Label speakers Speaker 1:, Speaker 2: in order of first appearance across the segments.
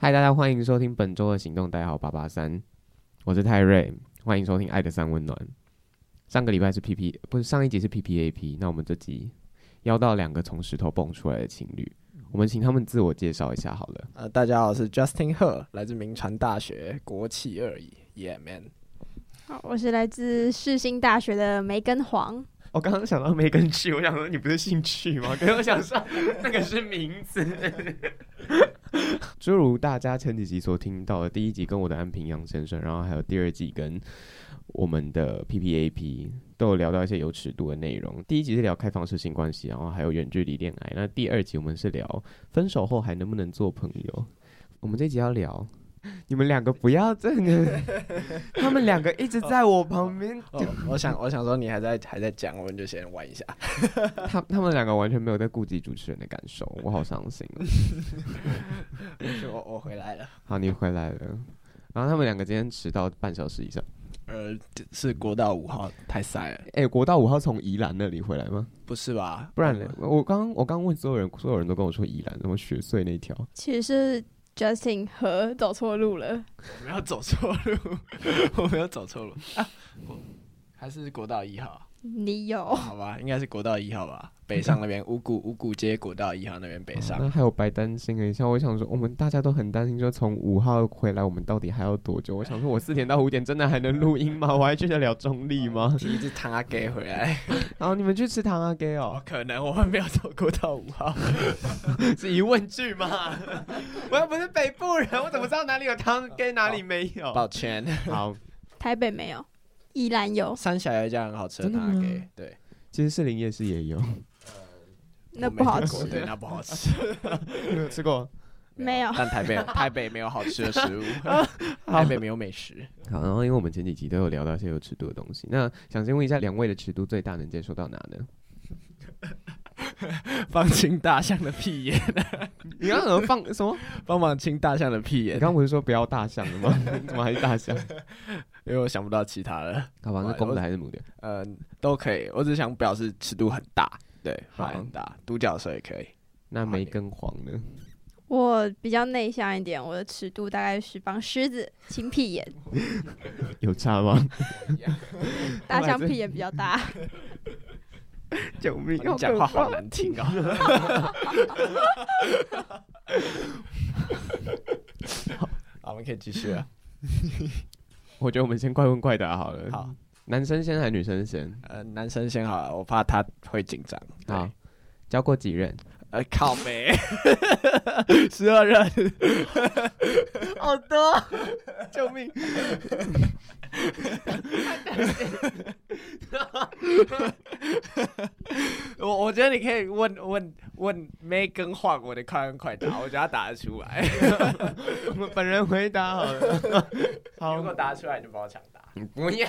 Speaker 1: 嗨，大家欢迎收听本周的行动代号八八三，我是泰瑞，欢迎收听《爱的三温暖》。上个礼拜是 P P，不是上一集是 P P A P，那我们这集邀到两个从石头蹦出来的情侣，我们请他们自我介绍一下好了。
Speaker 2: 呃，大家好，我是 Justin He，来自名传大学国企二乙，Yeah man。
Speaker 3: 好，我是来自世新大学的梅根黄。
Speaker 1: 我刚刚想到梅根去，我想说你不是姓去吗？可是我想说那个是名字。 诸如大家前几集所听到的，第一集跟我的安平洋先生，然后还有第二集跟我们的 PPAP 都有聊到一些有尺度的内容。第一集是聊开放式性关系，然后还有远距离恋爱。那第二集我们是聊分手后还能不能做朋友。我们这集要聊，你们两个不要这个，他们两个一直在我旁边
Speaker 2: 哦，我想，我想说你还在还在讲，我们就先玩一下。
Speaker 1: 他他们两个完全没有在顾及主持人的感 受，我好伤心哦。
Speaker 2: 我我回来了，
Speaker 1: 好，你回来了，然后他们两个今天迟到半小时以上。
Speaker 2: 呃，这是国道五号太塞了，
Speaker 1: 哎、国道五号从宜兰那里回来吗？
Speaker 2: 不是吧？
Speaker 1: 不然呢？我刚我刚问所有人，所有人都跟我说宜兰，什么雪穗那条。
Speaker 3: 其实是 Justin 和走错路了，
Speaker 2: 我们要走错路， 我们要走错路啊！我还是国道一号，
Speaker 3: 你
Speaker 2: 哦，
Speaker 3: 有
Speaker 2: 好吧，应该是国道一号吧？北上那 边五股五股街国道一号那边北上，
Speaker 1: 哦那还有白担心了一下，我想说，我们大家都很担心，说从五号回来，我们到底还要多久？我想说，我四点到五点真的还能录音 吗？我还去得了中立吗？
Speaker 2: 第一次他给回 来，
Speaker 1: 然后你们去吃糖啊给
Speaker 2: 哦
Speaker 1: 哦，，
Speaker 2: 可能我们没有走国道五 号，
Speaker 1: 是疑问句吗？ 我又不是北部人，我怎么知道哪里有糖给哪里没有？
Speaker 2: 抱歉。
Speaker 1: 好，
Speaker 3: 台北没有，宜兰有，
Speaker 2: 三峡有一家很好吃的
Speaker 1: 真的
Speaker 2: 他
Speaker 1: 吗
Speaker 2: 给，对。
Speaker 1: 其实士林夜市也有，
Speaker 3: 那
Speaker 2: 我没
Speaker 3: 不好
Speaker 2: 听过
Speaker 3: 吃。
Speaker 2: 对，那不好 吃，
Speaker 1: 你有吃过？
Speaker 3: 没有
Speaker 2: 但台北台北没有好吃的食物，
Speaker 1: 好
Speaker 2: 台北没有美食。
Speaker 1: 好，然后因为我们前几集都有聊到一些有尺度的东西，那想先问一下两位的尺度最大能接受到哪呢？
Speaker 2: 帮清大象的 屁眼，
Speaker 1: 你刚刚怎么放 什么？
Speaker 2: 帮忙清大象的屁
Speaker 1: 你
Speaker 2: 眼，
Speaker 1: 刚不是说不要大象的吗？ 你怎么还是大象？
Speaker 2: 因为我想不到其他的，
Speaker 1: 好吧，那公的还是母的？
Speaker 2: 呃，都可以。我只想表示尺度很大，对，
Speaker 1: 好
Speaker 2: 范围很大，独角兽也可以。
Speaker 1: 那梅跟黄呢？
Speaker 3: 我比较内向一点，我的尺度大概是帮狮子青 屁眼，
Speaker 1: 有差吗？
Speaker 3: 大象
Speaker 1: 这
Speaker 3: 屁眼比较大。
Speaker 1: 救命
Speaker 2: 你讲话好难听 哦。好，我们可以继续啊了。
Speaker 1: 我觉得我们先快问快答好了。
Speaker 2: 好，
Speaker 1: 男生先还是女生先？
Speaker 2: 呃，男生先好了，我怕他会紧张。
Speaker 1: 好，交过几任？
Speaker 2: 呃，靠没，十二人， 好多，救命！我我觉得你可以问问问 Megan 晃我的快问快答，我觉得他答得出来。
Speaker 1: 我们本人回答好了。
Speaker 2: 如果答得出来，你就帮我抢答。
Speaker 1: 不要！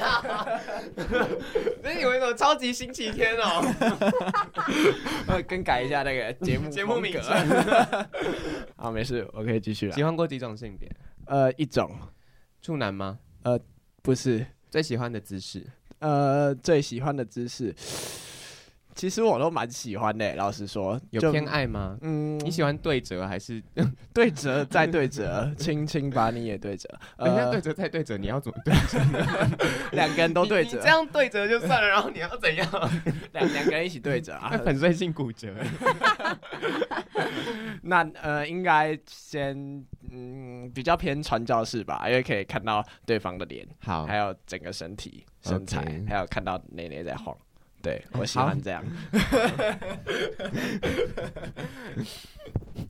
Speaker 1: 那你为什么超级星期天哦？
Speaker 2: 呃，更改一下那个节目
Speaker 1: 节目名
Speaker 2: 风格。 好，没事，我可以继续了
Speaker 1: 喜。欢过几种性别？
Speaker 2: 呃，一种
Speaker 1: 处男吗？
Speaker 2: 不是
Speaker 1: 最喜欢的姿势？
Speaker 2: 呃，最喜欢的姿势，其实我都蛮喜欢的。老实说，
Speaker 1: 有
Speaker 2: 就
Speaker 1: 偏，爱吗？
Speaker 2: 嗯，
Speaker 1: 你喜欢对折还是？
Speaker 2: 对折再 对折，轻轻把你也对折，
Speaker 1: 人家
Speaker 2: 呃
Speaker 1: 对，折再对折，你要怎么对？
Speaker 2: 两个人都对折，
Speaker 1: 样对折就算了，然后你要怎样？
Speaker 2: 两两个人一起对 折啊
Speaker 1: 那。粉碎性骨折，
Speaker 2: 那呃，应该先嗯比较偏传教士吧，因为可以看到对方的脸，
Speaker 1: 好
Speaker 2: 还有整个身体、身材
Speaker 1: 哦 OK 哎
Speaker 2: 还有看到内内在晃。对我喜
Speaker 1: 好
Speaker 2: 欢这样，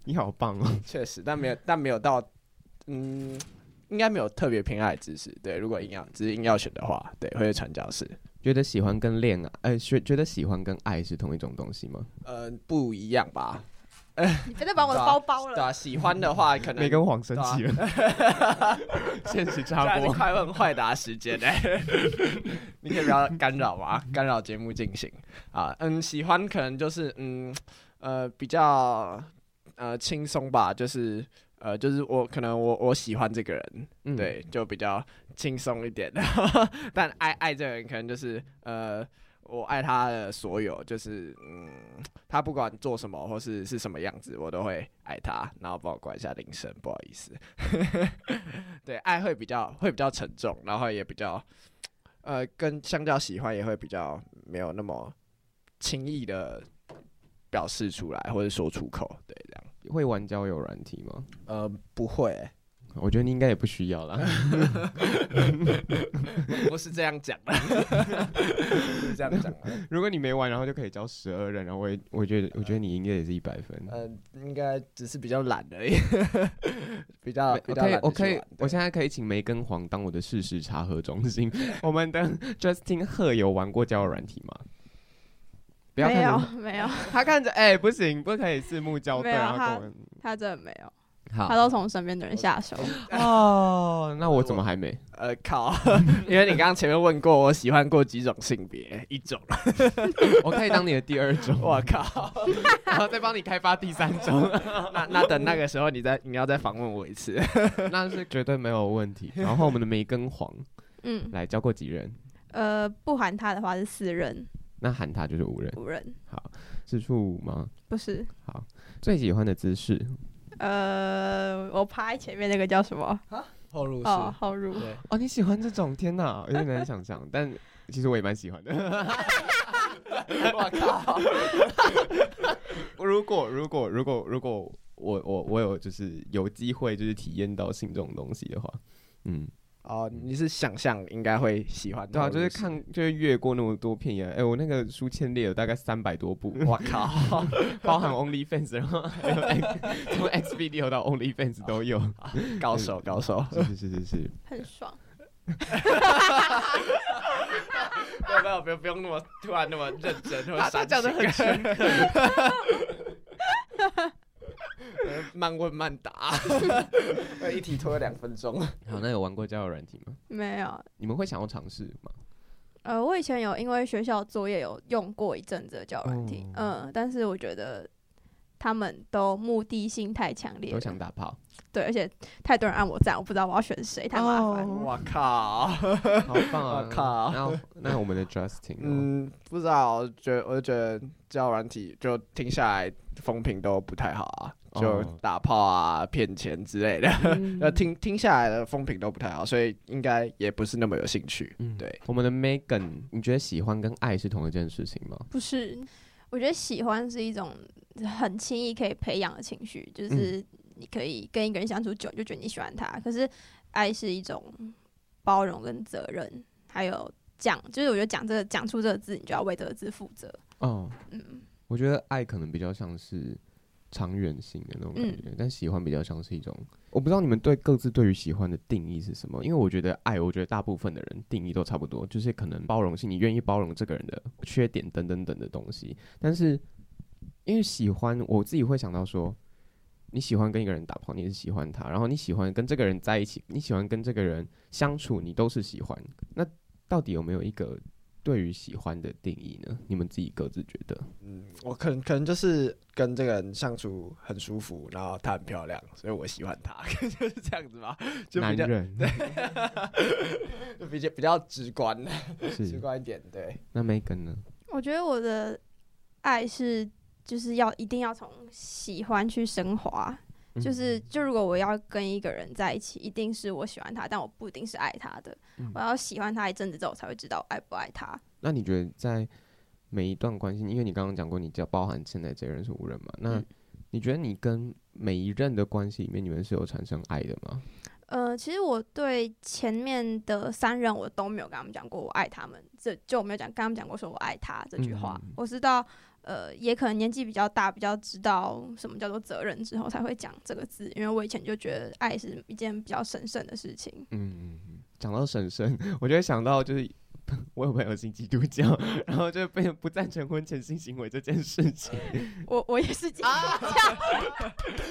Speaker 1: 你好棒哦！哦
Speaker 2: 确实，但没有但没有到嗯应该没有特别偏爱的知识。对，如果硬要只是硬要选的话，对，会是传教士。
Speaker 1: 觉得喜欢跟恋爱，呃，觉觉得喜欢跟爱是同一种东西吗？
Speaker 2: 呃，不一样吧？
Speaker 3: 你别再把我的包包
Speaker 2: 对
Speaker 3: 了。
Speaker 2: 啊，喜欢的话可能
Speaker 1: 没跟黄生气了，啊 现实
Speaker 2: 现
Speaker 1: 插
Speaker 2: 在 是
Speaker 1: 播。
Speaker 2: 快问快答时间哎、 你可以不要干扰吗？干扰节目进行啊。嗯，喜欢可能就是嗯呃比较呃轻松吧，就是呃就是我可能我我喜欢这个人，
Speaker 1: 嗯，
Speaker 2: 对，就比较轻松一点。 但爱爱这个人可能就是呃。我爱他的所有，就是嗯，他不管做什么或是是什么样子，我都会爱他。然后帮我关一下铃声，不好意思。 对，爱会比较会比较沉重，然后也比较呃，跟相较喜欢也会比较没有那么轻易的表示出来或者说出口。对，这样
Speaker 1: 会玩交友软体吗？
Speaker 2: 呃不会、
Speaker 1: 我觉得你应该也不需要啦。
Speaker 2: 不是这样讲的， 不是这样讲的。
Speaker 1: 如果你没玩，然后就可以交十二人，然后我也我觉得我觉得你应该也是一百分。
Speaker 2: 呃，应该只是比较懒而已， 比较
Speaker 1: 没
Speaker 2: 比
Speaker 1: 我
Speaker 2: 较
Speaker 1: 可以
Speaker 2: 懒。
Speaker 1: 我可以，我
Speaker 2: 在
Speaker 1: 现在可以请梅根黄当我的事实查核中心。 我们的 Justin 赫有玩过交友软体吗？不要
Speaker 3: 没
Speaker 1: 看
Speaker 3: 有
Speaker 1: 着
Speaker 3: 没有，
Speaker 1: 他看着，哎、不行，不可以四目交对，
Speaker 3: 没有
Speaker 1: 然后
Speaker 3: 他
Speaker 1: 跟我们
Speaker 3: 他真的没有，他
Speaker 1: 好
Speaker 3: 都从身边的人下手。
Speaker 1: 哦，那我怎么还没？
Speaker 2: 呃靠，因为你刚刚前面问过我喜欢过几种性别，一种，
Speaker 1: 我可以当你的第二 种，
Speaker 2: 我靠，
Speaker 1: 然后再帮你开发第三种，
Speaker 2: 那那等那个时候你再你要再访问我 一次。
Speaker 1: 那是绝对没有问 题。然后我们的梅根黄
Speaker 3: 嗯，
Speaker 1: 来教过几人？
Speaker 3: 呃，不含他的话是四人
Speaker 1: 那喊他就是五人，
Speaker 3: 五人，
Speaker 1: 是初五吗？
Speaker 3: 不是。
Speaker 1: 好，最喜欢的姿势，
Speaker 3: 呃，我趴在前面那个叫什么？
Speaker 2: 后入
Speaker 3: 哦，后入。
Speaker 2: 对，
Speaker 1: 哦，你喜欢这种？天哪，有点难想象，但其实我也蛮喜欢 的。
Speaker 2: 我靠，
Speaker 1: 如果如果如果如果我我我有就是有机会就是体验到性这种东西的话，嗯，
Speaker 2: 哦，你是想象应该会喜欢，
Speaker 1: 对啊，就是，看就是越过那么多片呀。哎、我那个书签列有大概三百多部，
Speaker 2: 我靠，
Speaker 1: 包含 OnlyFans，然后还有 X- 从 X Video 到 OnlyFans 都 有。
Speaker 2: 高手高手，
Speaker 1: 是是是是是，
Speaker 3: 很爽，
Speaker 2: 没有没有不用不用那么突然那么认真，会
Speaker 1: 他他讲的很深刻，
Speaker 2: 呃慢问慢答，一题拖了两分钟。
Speaker 1: 好，那有玩过交友软体吗？
Speaker 3: 没有。
Speaker 1: 你们会想要尝试吗？
Speaker 3: 呃，我以前有因为学校作业有用过一阵子的交友软体，
Speaker 1: 哦
Speaker 3: 嗯，但是我觉得他们都目的性太强烈
Speaker 1: 都
Speaker 3: 了，
Speaker 1: 想打炮，
Speaker 3: 对，而且太多人按我赞，我不知道我要选谁，太麻烦。
Speaker 1: 哦
Speaker 2: 我靠，
Speaker 1: 好棒啊！
Speaker 2: 我靠
Speaker 1: 那那我们的 Justin，呢
Speaker 2: 嗯，不知道，我觉得我就觉得交友软体就听下来风评都不太好啊，就
Speaker 1: 哦
Speaker 2: 打炮啊、骗钱之类的， 那听听下来的风评都不太好，所以应该也不是那么有兴趣。
Speaker 1: 嗯
Speaker 2: 对，
Speaker 1: 我们的 Megan，你觉得喜欢跟爱是同一件事情吗？
Speaker 3: 不是， 我觉得喜欢是一种很轻易可以培养的情绪，
Speaker 1: 嗯
Speaker 3: 就是你可以跟一个人相处久，你就觉得你喜欢他。可是爱是一种包容跟责任，还有讲，就是我觉得讲这个讲出这个字，你就要为这个字负责。
Speaker 1: 哦，
Speaker 3: 嗯，
Speaker 1: 我觉得爱可能比较像是长远性的那种感觉，但喜欢比较像是一种，我不知道你们对各自对于喜欢的定义是什么，因为我觉得爱，我觉得大部分的人定义都差不多，就是可能包容性，你愿意包容这个人的缺点等等等的东西，但是因为喜欢，我自己会想到说。你喜欢跟一个人打炮，你也是喜欢他；然后你喜欢跟这个人在一起，你喜欢跟这个人相处，你都是喜欢。那到底有没有一个对于喜欢的定义呢？你们自己各自觉得？
Speaker 2: 嗯，我可能可能就是跟这个人相处很舒服，然后她很漂亮，所以我喜欢她， 就是这样子吧，就
Speaker 1: 男
Speaker 2: 比较
Speaker 1: 人
Speaker 2: 就比较比较直观，直
Speaker 1: 是
Speaker 2: 观一点。对，
Speaker 1: 那 Megan 呢？
Speaker 3: 我觉得我的爱是就是要一定要从喜欢去升华，
Speaker 1: 嗯
Speaker 3: 就是，就如果我要跟一个人在一起，一定是我喜欢他，但我不一定是爱他的。
Speaker 1: 嗯
Speaker 3: 我要喜欢他一阵子之后，我才会知道爱不爱他。
Speaker 1: 那你觉得在每一段关系，因为你刚刚讲过，你只要包含现在这个人是无人嘛？那
Speaker 3: 嗯
Speaker 1: 你觉得你跟每一任的关系里面，你们是有产生爱的吗？
Speaker 3: 呃，其实我对前面的三任我都没有跟他们讲过我爱他们，这就我没有讲跟他们讲过说我爱他这句话。
Speaker 1: 嗯
Speaker 3: 我是到呃，也可能年纪比较大，比较知道什么叫做责任之后，才会讲这个字。因为我以前就觉得爱是一件比较神圣的事情。
Speaker 1: 嗯，嗯讲到婶婶， 我就会想到就是 我有朋友信基督教， 然后就被不赞成婚前性行为这件事情。
Speaker 3: 我我也是这
Speaker 1: 啊
Speaker 3: 样，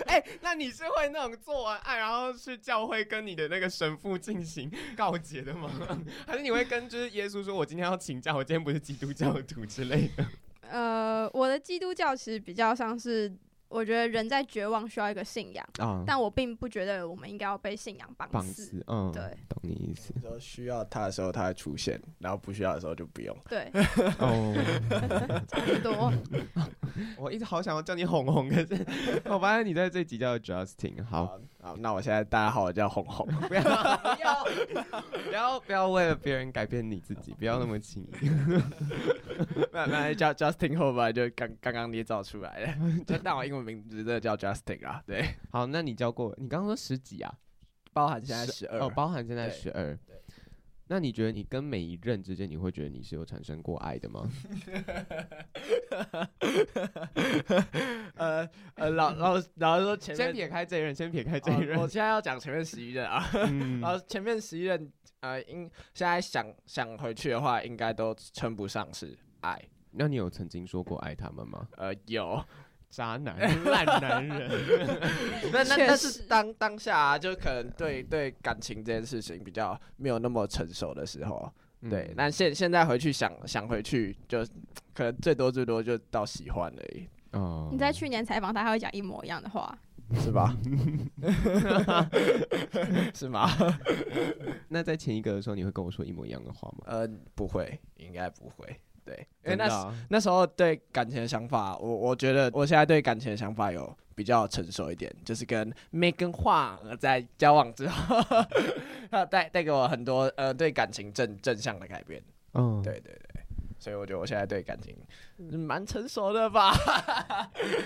Speaker 1: 哎、那你是会那种做完爱然后去教会跟你的那个神父进行告解的吗？ 还是你会跟就是耶稣说，我今天要请假，我今天不是基督教徒之类 的？
Speaker 3: 呃，我的基督教其实比较像是，我觉得人在绝望需要一个信仰，
Speaker 1: 啊，
Speaker 3: 但我并不觉得我们应该要被信仰嗯绑
Speaker 1: 棒
Speaker 3: 哦死。
Speaker 1: 子，嗯，
Speaker 3: 对，
Speaker 1: 懂你意 思。
Speaker 2: 说需要他的时候他会出现，然后不需要的时候就不用。
Speaker 3: 对，
Speaker 1: 哦，
Speaker 3: 差不多。
Speaker 1: 我一直好想要叫你红红，可是我发现你在这集叫 Justin，好，
Speaker 3: 哦
Speaker 2: 好，好，那我现在大家好，我叫红 红。
Speaker 1: 不要不要不要不要为了别人改变你自己，不要那么轻易。
Speaker 2: 那那叫 Justin 后吧，就刚刚刚捏造出来的。就但我英文名字真的叫 Justin 啊，对，
Speaker 1: 好，那你教过你刚刚说十几啊？
Speaker 2: 包含现在十二。
Speaker 1: 哦，包含现在
Speaker 2: 对
Speaker 1: 十二。那你觉得你跟每一任之间，你会觉得你是有产生过爱 的吗？
Speaker 2: 呃呃，老老老实说前
Speaker 1: 先
Speaker 2: 面
Speaker 1: 撇开这一任，先撇开这一
Speaker 2: 哦
Speaker 1: 任。
Speaker 2: 我现在要讲前面十一任啊，
Speaker 1: 嗯
Speaker 2: 然后前面十一任呃，应现在想想回去的话，应该都称不上是爱。
Speaker 1: 那你有曾经说过爱他们吗？
Speaker 2: 呃， 有，
Speaker 1: 渣男、 烂男人。
Speaker 2: 那那
Speaker 3: 确
Speaker 2: 那是
Speaker 3: 实
Speaker 2: 当当下、啊、就可能对对感情这件事情比较没有那么成熟的时候，
Speaker 1: 嗯
Speaker 2: 对。那现现在回去想想回去就，可能最多最多就到喜欢而已，
Speaker 1: 哦
Speaker 3: 你在去年采访他，还会讲一模一样的话。
Speaker 2: 是 吧？是吗？
Speaker 1: 那在前一个的时候，你会跟我说一模一样的话吗？
Speaker 2: 呃，不会，应该不会。对，因为
Speaker 1: 真
Speaker 2: 那
Speaker 1: 的
Speaker 2: 时
Speaker 1: 啊
Speaker 2: 那时候对感情的想法，我我觉得我现在对感情的想法有比较成熟一点，就是跟 Megan 话在交往之后，他带带给我很多呃对感情正正向的改变。
Speaker 1: 嗯，
Speaker 2: 对对对，所以我觉得我现在对感情嗯蛮成熟的吧。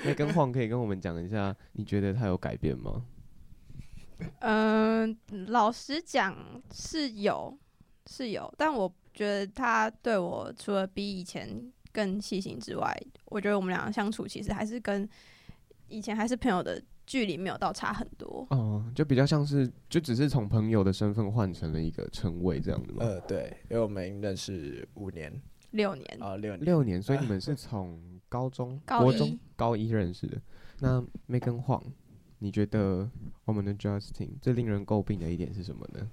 Speaker 1: 那跟晃可以跟我们讲一下，你觉得他有改变吗？
Speaker 3: 嗯，老实讲是有是有，但我觉得他对我除了比以前更细心之外，我觉得我们俩相处其实还是跟以前还是朋友的距离没有到差很多。
Speaker 1: 哦，就比较像是，就只是从朋友的身份换成了一个称谓这样的吗？
Speaker 2: 呃，对，因为我们认识五年
Speaker 3: 六年，
Speaker 2: 啊、六年，
Speaker 1: 六年，所以你们 是从高中、
Speaker 3: 高
Speaker 1: 国
Speaker 3: 一
Speaker 1: 中、高一认识的。那 Megan 晃，你觉得我们的 Justin 最令人诟病的一点是什么呢？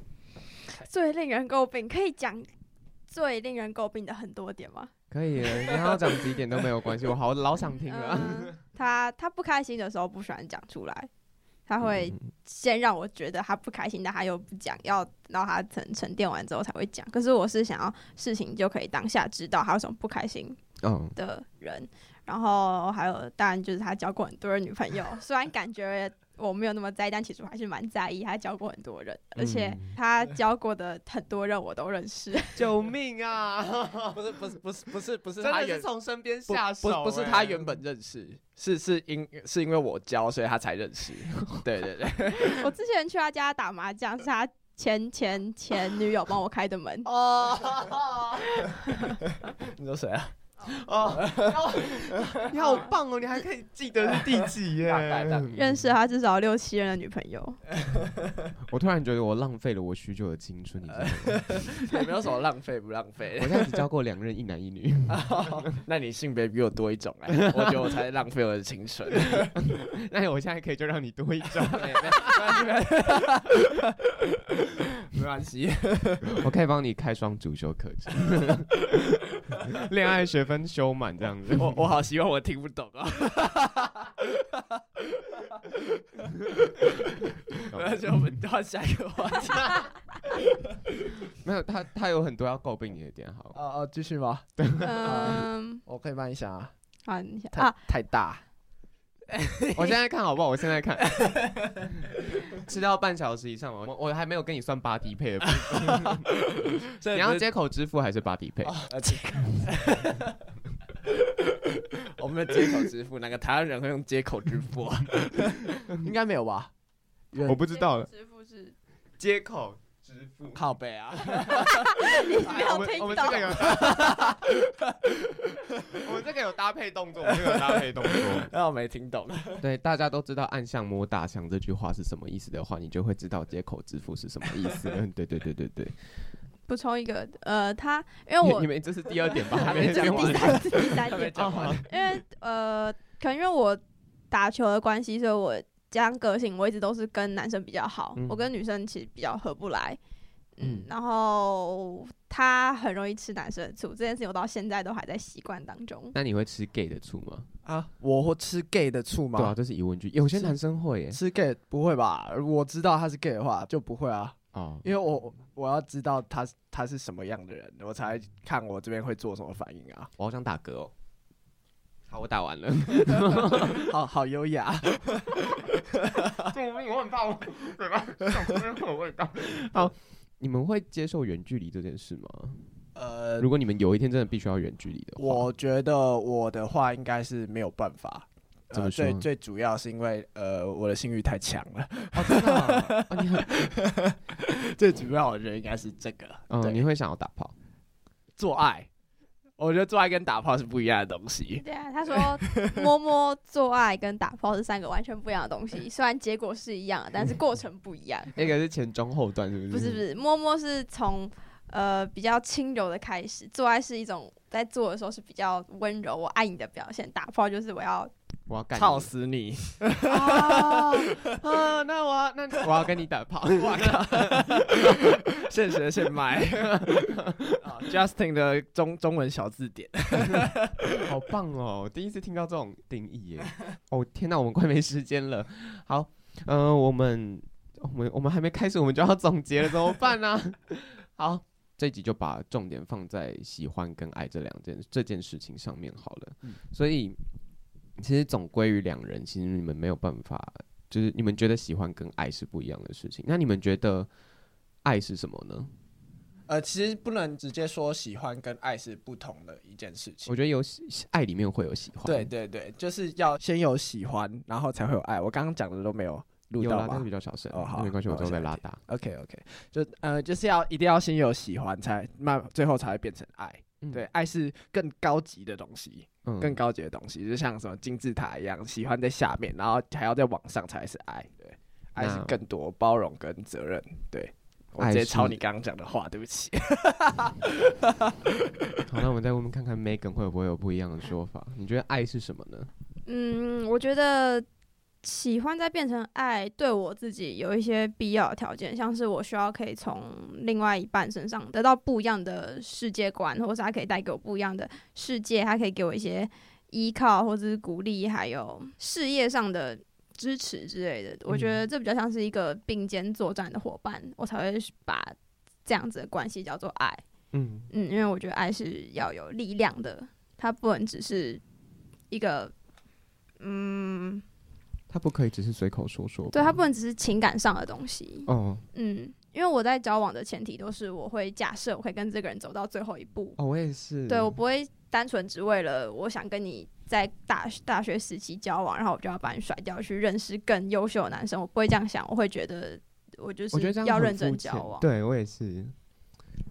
Speaker 3: 最令人诟病，可以讲最令人诟病的很多点吗？
Speaker 1: 可以，你要讲几点都没有关系，我好老想听啊了。
Speaker 3: 嗯，他他不开心的时候不喜欢讲出来，他会
Speaker 1: 嗯
Speaker 3: 先让我觉得他不开心，但他又不讲，要让他沉沉淀完之后才会讲。可是我是想要事情就可以当下知道他有什么不开心
Speaker 1: 嗯，
Speaker 3: 的人，然后还有当然就是他交过很多的女朋 友，虽然感觉我没有那么在意，但其实我还是蛮在意。他交过很多人，而且
Speaker 1: 嗯
Speaker 3: 他交过的很多人我都认识。
Speaker 1: 救命啊！
Speaker 2: 不是不是不是不是不是
Speaker 1: 真
Speaker 2: 他
Speaker 1: 的
Speaker 2: 原
Speaker 1: 是从身边
Speaker 2: 不
Speaker 1: 下手、
Speaker 2: 不不是
Speaker 1: 欸
Speaker 2: 他原本认识，是是因是因为我教，所以他才认识。 对对对。。
Speaker 3: 我之前去他家打麻将，是他前前前女友帮我开的门
Speaker 2: 哦，你说谁啊？
Speaker 1: 哦， 你好棒哦！你还可以记得是第几耶？
Speaker 2: 大概大概
Speaker 3: 认识他至少六七任的女朋友，
Speaker 1: 我突然觉得我浪费了我许久的青春，你知道吗？
Speaker 2: 也没有什么浪费不浪费
Speaker 1: 我。现在只交过两任，一男一女。
Speaker 2: 那你性别比我多一种 哎、我觉得我才浪费我的青春。
Speaker 1: 那我现在可以就让你多一 张。
Speaker 2: 没关系，
Speaker 1: 我可以帮你开双主修课程， 恋爱学分修满这 样子。
Speaker 2: 我我好希望我听不懂啊。 那就我们换下一个话题。
Speaker 1: 没有他，他有很多要诟病你的点。好，
Speaker 2: 哦哦，继续吗？
Speaker 3: 嗯，
Speaker 2: 我可以帮你想啊。
Speaker 3: 好，你想
Speaker 2: 太、
Speaker 3: 啊，
Speaker 2: 太大，
Speaker 1: 我现在看好不好？我现在 看，吃到半小时以上嘛，我我还没有跟你算八迪配的部 分。
Speaker 2: 这
Speaker 1: 你要接口支付还是八迪配？
Speaker 2: 呃，接口， 我们的接口支付，哪个台湾人会用接口支付啊？应该没有吧？
Speaker 1: 我不知道了。
Speaker 3: 支付是
Speaker 1: 接口支付。
Speaker 2: 靠背啊，
Speaker 3: 你不
Speaker 1: 我
Speaker 3: 要
Speaker 1: 们我
Speaker 3: 听
Speaker 1: 们这
Speaker 3: 到
Speaker 1: 个，有， 我们这个有搭配动作，我们这个有搭配动作。
Speaker 2: 那我没听懂。
Speaker 1: 对，大家都知道“暗巷摸大象”这句话是什么意思的话，你就会知道街口支付是什么意思了。对对对对对，
Speaker 3: 补充一个，呃，他因为
Speaker 1: 你
Speaker 3: 我
Speaker 1: 你们这是第二点吧？
Speaker 2: 还没讲
Speaker 1: 用
Speaker 3: 第
Speaker 1: 完。
Speaker 3: 三第三
Speaker 2: 还没
Speaker 3: 点，
Speaker 2: 讲
Speaker 1: 哦
Speaker 2: 完，
Speaker 3: 因为呃，可能因为我打球的关系，所以我加上个性，我一直都是跟男生比较好，
Speaker 1: 嗯
Speaker 3: 我跟女生其实比较合不来。嗯
Speaker 1: 嗯，
Speaker 3: 然后他很容易吃男生的醋，这件事情我到现在都还在习惯当 中。
Speaker 1: 那你会吃 gay 的醋吗？
Speaker 2: 啊，我会吃 gay 的醋
Speaker 1: 对啊，
Speaker 2: 吗？
Speaker 1: 这是疑问句。有些
Speaker 2: 是
Speaker 1: 男生会耶。
Speaker 2: 吃 gay 不会吧？我知道他是 gay 的话就不会啊，
Speaker 1: 哦，
Speaker 2: 因为我我要知道他他是什么样的人，我才看我这边会做什么反应 啊。
Speaker 1: 我好想打嗝哦。好，我打完了。
Speaker 2: 好好优雅，
Speaker 1: 救命！我很怕我嘴巴上会有味道。好，你们会接受远距离这件事吗？
Speaker 2: 呃，
Speaker 1: 如果你们有一天真的必须要远距离的话，
Speaker 2: 我觉得我的话应该是没有办法。
Speaker 1: 怎么
Speaker 2: 呃、最
Speaker 1: 说
Speaker 2: 最主要是因为呃我的性欲太强了，
Speaker 1: 哦，真的啊、哦，你很
Speaker 2: 最主要我觉得应该是这个，
Speaker 1: 嗯，
Speaker 2: 对，
Speaker 1: 你会想要打炮？
Speaker 2: 做爱，我觉得做爱跟打炮是不一样的东西。
Speaker 3: 对啊，他说摸摸、做爱跟打炮是三个完全不一样的东西，虽然结果是一样的，
Speaker 1: 嗯
Speaker 3: 但是过程不一 样。
Speaker 1: 那个是前中后段，是不是？
Speaker 3: 不是不是，摸摸是从呃比较轻柔的开始，做爱是一种在做的时候是比较温柔，我爱你的表现。打炮就是我要
Speaker 1: 我要干你
Speaker 2: 操死你！
Speaker 3: 哦，
Speaker 1: 啊！那我要那我要跟你打 炮。
Speaker 2: 哇靠！现学 现卖。啊，Justin 的中中文小字典，
Speaker 1: 好棒哦！第一次听到这种定义耶！哦天哪，我们快没时间了。好，嗯、我们我们我们还没开始，我们就要总结了，怎么办 呢、好，这一集就把重点放在喜欢跟爱这两件这件事情上面好了。所以其实总归于两人，其实你们没有办法，就是你们觉得喜欢跟爱是不一样的事情。那你们觉得爱是什么呢？
Speaker 2: 呃，其实不能直接说喜欢跟爱是不同的一件事情
Speaker 1: 我。觉得有喜爱里面会有喜欢，
Speaker 2: 对对对，就是要先有喜欢，然后才会有爱。我刚刚讲的都没有录
Speaker 1: 有啦
Speaker 2: 到，
Speaker 1: 但是
Speaker 2: 吧
Speaker 1: 比较小声，
Speaker 2: 哦好
Speaker 1: 那没关系，我
Speaker 2: 那
Speaker 1: 都
Speaker 2: 我
Speaker 1: 会
Speaker 2: 先
Speaker 1: 拉
Speaker 2: 来
Speaker 1: 大。
Speaker 2: ？OK OK，就呃，就是要一定要先有喜欢，才慢最后才会变成爱。
Speaker 1: 嗯
Speaker 2: 对，，爱是更高级的东西，
Speaker 1: 嗯
Speaker 2: 更高级的东西，就像什么金字塔一样，喜欢在下面，然后还要在往上才是爱。对，爱是
Speaker 1: 那
Speaker 2: 更多包容跟责任。对，我
Speaker 1: 爱
Speaker 2: 直接
Speaker 1: 是
Speaker 2: 抄你刚刚讲的话，对不起。
Speaker 1: 好，那我们再问问看看 Megan 会不会有不一样的说法？你觉得爱是什么呢？
Speaker 3: 嗯，我觉得喜欢再变成爱，对我自己有一些必要的条件，像是我需要可以从另外一半身上得到不一样的世界观，或是他可以带给我不一样的世界，他可以给我一些依靠或者是鼓励，还有事业上的。支持之类的，我觉得这比较像是一个并肩作战的伙伴，我才会把这样子的关系叫做爱。
Speaker 1: 嗯，
Speaker 3: 嗯，因为我觉得爱是要有力量的，它不能只是一个，嗯，
Speaker 1: 他不可以只是随口说说吧。
Speaker 3: 对，它不能只是情感上的东西。
Speaker 1: 哦
Speaker 3: 嗯，因为我在交往的前提都是我会假设我可以跟这个人走到最后一步，
Speaker 1: 哦，我也是。
Speaker 3: 对我不会单纯只为了我想跟你在大大学时期交往，然后我就要把你甩掉去认识更优秀的男生，我不会这样想，我会觉得我就
Speaker 1: 我觉得
Speaker 3: 是
Speaker 1: 这样
Speaker 3: 要
Speaker 1: 很
Speaker 3: 认真
Speaker 1: 肤
Speaker 3: 交
Speaker 1: 浅
Speaker 3: 往。
Speaker 1: 对我也是，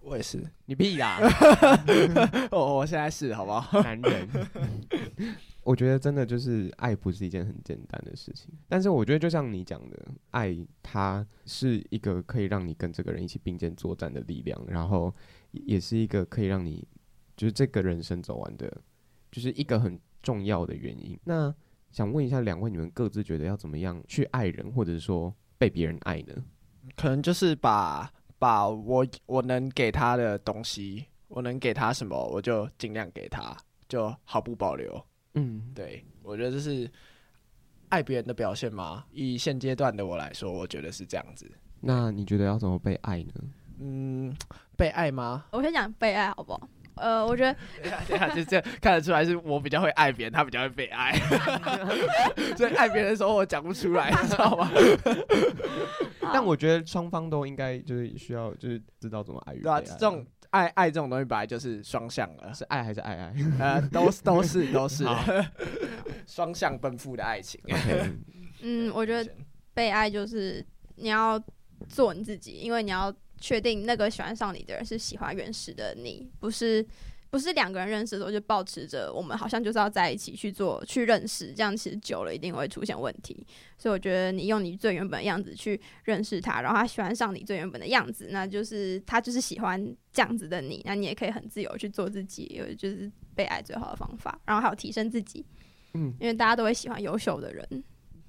Speaker 2: 我也是，
Speaker 1: 你屁啦，
Speaker 2: 哦我我现在是好不 好？
Speaker 1: 男人。我觉得真的就是爱不是一件很简单的事情，但是我觉得就像你讲的，爱它是一个可以让你跟这个人一起并肩作战的力量，然后也也是一个可以让你就是这个人生走完的，就是一个很重要的原因。那想问一下两位，你们各自觉得要怎么样去爱人，或者说被别人爱呢？
Speaker 2: 可能就是把把我我能给他的东西，我能给他什么，我就尽量给他，就毫不保留。
Speaker 1: 嗯，
Speaker 2: 对我觉得这是爱别人的表现吗？以现阶段的我来说，我觉得是这样子。
Speaker 1: 那你觉得要怎么被爱呢？
Speaker 2: 嗯，被爱吗？
Speaker 3: 我先讲被爱好不好？呃，我觉得
Speaker 2: 对 啊，对啊，就这看得出来是我比较会爱别人，他比较会被 爱，所以爱别人的时候我讲不出来，你知道 吗？啊
Speaker 1: 但我觉得双方都应该就是需要就是知道怎么爱与
Speaker 2: 对啊，
Speaker 1: 被爱
Speaker 2: 这种爱爱这种东西本来就是双向的，
Speaker 1: 是爱还是爱爱？
Speaker 2: 呃，都是都是都是双向奔赴的爱情。嗯
Speaker 3: 嗯，我觉得被爱就是你要做你自己，因为你要确定那个喜欢上你的人是喜欢原始的你，不是不是两个人认识的时候就保持着我们好像就是要在一起去做去认识，这样其实久了一定会出现问题。所以我觉得你用你最原本的样子去认识他，然后他喜欢上你最原本的样子，那就是他就是喜欢这样子的你，那你也可以很自由去做自己，我就是被爱最好的方法。然后还有提升自己，
Speaker 1: 嗯，
Speaker 3: 因为大家都会喜欢优秀的人。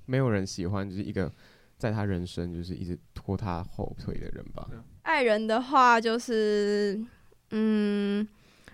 Speaker 1: 没有人喜欢就是一个在他人生就是一直拖他后腿的人吧。
Speaker 2: 嗯
Speaker 3: 爱人的话，就是嗯，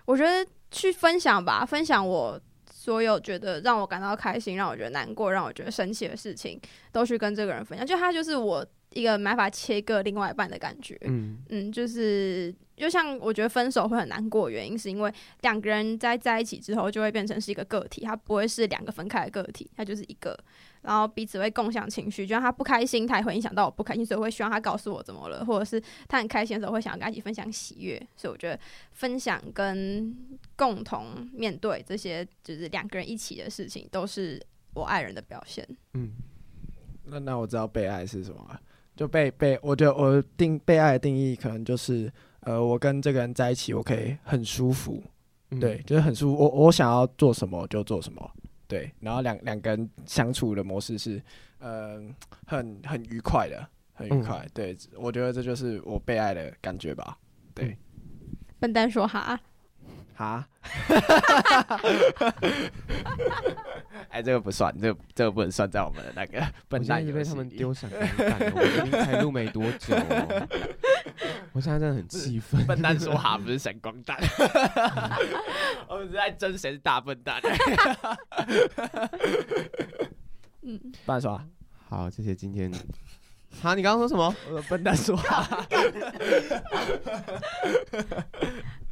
Speaker 3: 我觉得去分享吧，分享我所有觉得让我感到开心、让我觉得难过、让我觉得生气的事情，都去跟这个人分享。就他就是我一个没法切割另外一半的感觉。
Speaker 1: 嗯，
Speaker 3: 嗯，就是就像我觉得分手会很难过，原因是因为两个人在在一起之后就会变成是一个个体，他不会是两个分开的个体，他就是一个，然后彼此会共享情绪，就像他不开心，他也会影响到我不开心，所以我会希望他告诉我怎么了，或者是他很开心的时候会想要跟他一起分享喜悦，所以我觉得分享跟共同面对这些就是两个人一起的事情，都是我爱人的表现。
Speaker 1: 嗯
Speaker 2: 那那我知道被爱是什么了，就被被，我觉得我定被爱的定义可能就是，呃，我跟这个人在一起，我可以很舒服，
Speaker 1: 嗯
Speaker 2: 对，，就是很舒服，我我想要做什么就做什么，对，然后两两个人相处的模式是，呃，很很愉快的，很愉
Speaker 1: 嗯
Speaker 2: 快，对，我觉得这就是我被爱的感觉吧，
Speaker 3: 笨蛋说哈，啊
Speaker 2: 哈， 哎，这个不算，这个这个不能算在我们的那个
Speaker 1: 我
Speaker 2: 笨
Speaker 1: 现在
Speaker 2: 蛋
Speaker 1: 一直
Speaker 2: 游
Speaker 1: 被
Speaker 2: 戏
Speaker 1: 他们
Speaker 2: 里
Speaker 1: 丢闪光弹了，我明明才录没多久 哦、我现在真的很气愤。
Speaker 2: 笨蛋说哈不是闪光蛋， 我们是在争谁是大笨蛋。
Speaker 3: 嗯，
Speaker 2: 笨蛋说哈，
Speaker 1: 好，谢谢今天。好，你刚刚说什么？
Speaker 2: 笨蛋说哈，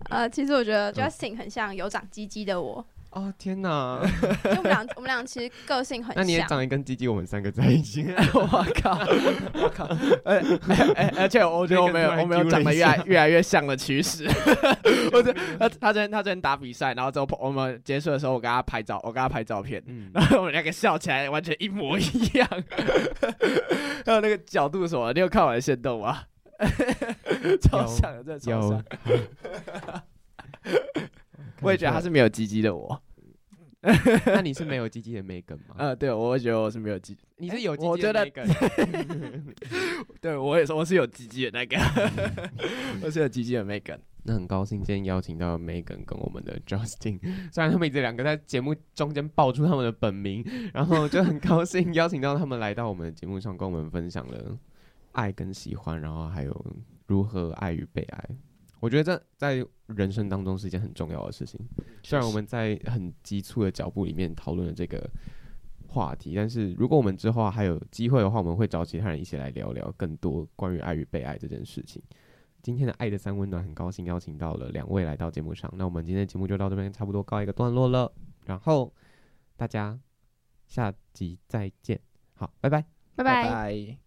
Speaker 3: 呃，其实我觉得 Justin 很像有长鸡鸡的我。
Speaker 1: 哦天哪！
Speaker 3: 因为我们俩我们俩其实个性很
Speaker 1: 那你也
Speaker 3: 像，
Speaker 1: 长得跟鸡鸡我们三个在一起，
Speaker 2: 我靠，我靠，哎哎哎而且我觉得我们有我们有长得越来越来越像的趋势。 我这他他昨天他昨天打比赛，然后之后我们结束的时候，我给他拍照，我给他拍照片，
Speaker 1: 嗯，
Speaker 2: 然后我们两个笑起来完全一模一样， 还有那个角度什么，你有看我的线动吗？ 超像的，真的超
Speaker 1: 有。。
Speaker 2: 像我也 觉得他是没有鸡鸡的我。
Speaker 1: 那你是没有鸡鸡的 Megan 吗？
Speaker 2: 呃，对，我会觉得我是没有鸡，
Speaker 1: 嗯你是有鸡
Speaker 2: 我
Speaker 1: 鸡
Speaker 2: 觉
Speaker 1: 的
Speaker 2: 得
Speaker 1: Megan，
Speaker 2: 对我也是，我是有鸡鸡的那个，
Speaker 1: 嗯
Speaker 2: 我是有鸡鸡的 Megan。
Speaker 1: 那很高兴今天邀请到 Megan 跟我们的 Justin，虽 然他们这两个在节目中间爆出他们的本名，然后就很高兴邀请到他们来到我们的节目上，跟我们分享了爱跟喜欢，然后还有如何爱与被爱。我觉得这在人生当中是一件很重要的事情。虽然我们在很急促的脚步里面讨论了这个话题，但是如果我们之后还有机会的话，我们会找其他人一起来聊聊更多关于爱与被爱这件事情。今天的《爱的三温暖》很高兴邀请到了两位来到节目上，那我们今天的节目就到这边差不多告一个段落了，然后大家下集再见，好，拜拜。
Speaker 3: 拜
Speaker 2: 拜拜。